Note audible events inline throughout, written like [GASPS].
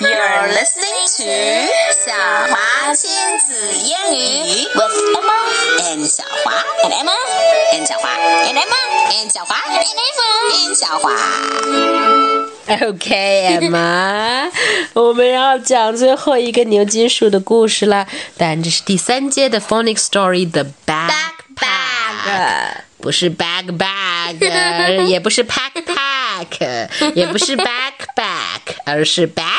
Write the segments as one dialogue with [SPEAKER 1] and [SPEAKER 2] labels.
[SPEAKER 1] You're listening to 小华亲子英语 with Emma and 小华 and Emma and 小华 and Emma and 小华 and Emma and 小华。
[SPEAKER 2] [LAUGHS] OK，Emma，我们要讲最后一个牛津树的故事啦。但这是第三届的 Phonic Story The Backpack，不是 Bag Bag，也不是 Pack Pack，也不是 Backpack，而是 Backpack。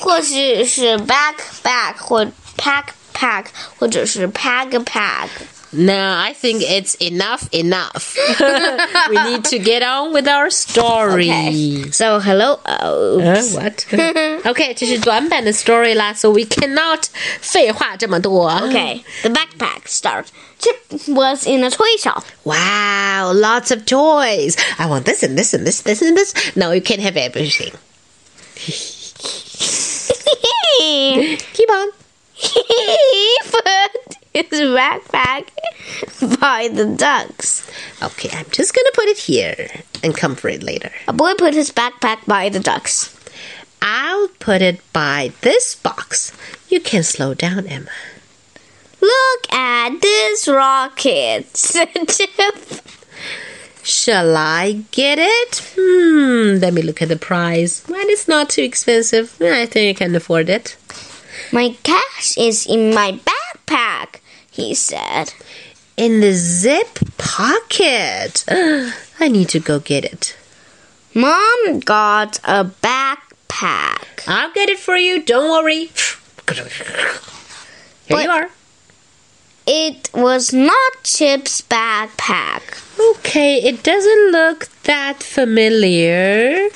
[SPEAKER 3] 或许是 backpack 或 pack pack，或者是 pack pack。
[SPEAKER 2] No, I think it's enough, enough. [LAUGHS] we need to get on with our story.
[SPEAKER 3] So hello,
[SPEAKER 2] Uh,
[SPEAKER 3] oats.
[SPEAKER 2] what? [LAUGHS] okay, 这是短版的 story 啦，so we cannot 废话这么多。
[SPEAKER 3] Okay, the backpack starts. Chip was in a toy shop.
[SPEAKER 2] Wow, lots of toys. I want this and this and this, this and this. No, you can't have everything. Keep on.
[SPEAKER 3] he put his backpack by the ducks.
[SPEAKER 2] Okay, I'm just gonna put it here and come for it later.
[SPEAKER 3] A boy put his backpack by the ducks.
[SPEAKER 2] I'll put it by this box. You can slow down, Emma.
[SPEAKER 3] Look at this rocket, [LAUGHS] said Chip.
[SPEAKER 2] Shall I get it? Hmm, let me look at the price. Well, it's not too expensive. I think I can afford it.
[SPEAKER 3] My cash is in my backpack, he said.
[SPEAKER 2] In the zip pocket. [GASPS] I need to go get it.
[SPEAKER 3] Mom got a backpack.
[SPEAKER 2] I'll get it for you. Don't worry. [LAUGHS] Here you are.
[SPEAKER 3] It was not Chip's backpack.
[SPEAKER 2] Okay, it doesn't look that familiar.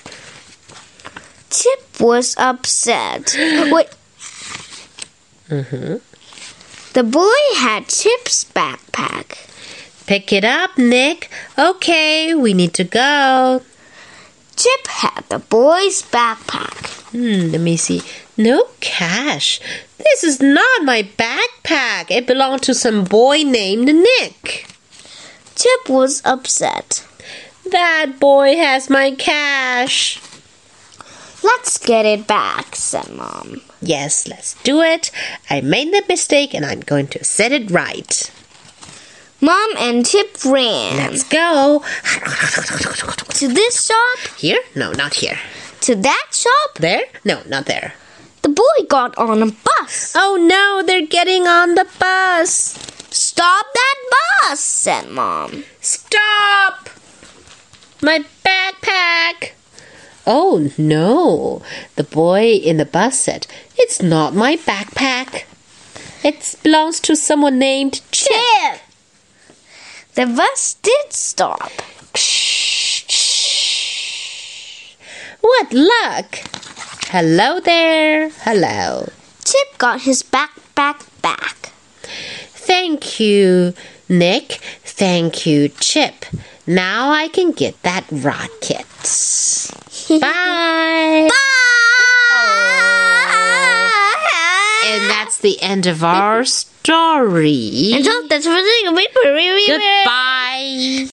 [SPEAKER 3] Chip was upset. Wait. The boy had Chip's backpack.
[SPEAKER 2] Pick it up, Nick. Okay, we need to go.
[SPEAKER 3] Chip had the boy's backpack.
[SPEAKER 2] Hmm, let me see. No cash. This is not my backpack. It belonged to some boy named Nick.
[SPEAKER 3] Chip was upset.
[SPEAKER 2] That boy has my cash.
[SPEAKER 3] Let's get it back, said Mom.
[SPEAKER 2] Yes, let's do it. I made the mistake and I'm going to set it right.
[SPEAKER 3] Mom and Chip ran
[SPEAKER 2] Let's go. [LAUGHS]
[SPEAKER 3] to this shop,
[SPEAKER 2] Here? No, not here.
[SPEAKER 3] to that shop.
[SPEAKER 2] There? No, not there.
[SPEAKER 3] The boy got on a bus.
[SPEAKER 2] Oh no, they're getting on the bus.
[SPEAKER 3] Stop that bus, said Mom.
[SPEAKER 2] Stop! My backpack! Oh no, the boy in the bus said, It's not my backpack. It belongs to someone named Chip.
[SPEAKER 3] Chip! The bus did stop.
[SPEAKER 2] What luck! Hello there. Hello.
[SPEAKER 3] Chip got his backpack back.
[SPEAKER 2] Thank you, Nick. Thank you, Chip. Now I can get that rocket. Bye.
[SPEAKER 3] Ah.
[SPEAKER 2] And that's the end of our story.
[SPEAKER 3] And so that's for the
[SPEAKER 2] Goodbye.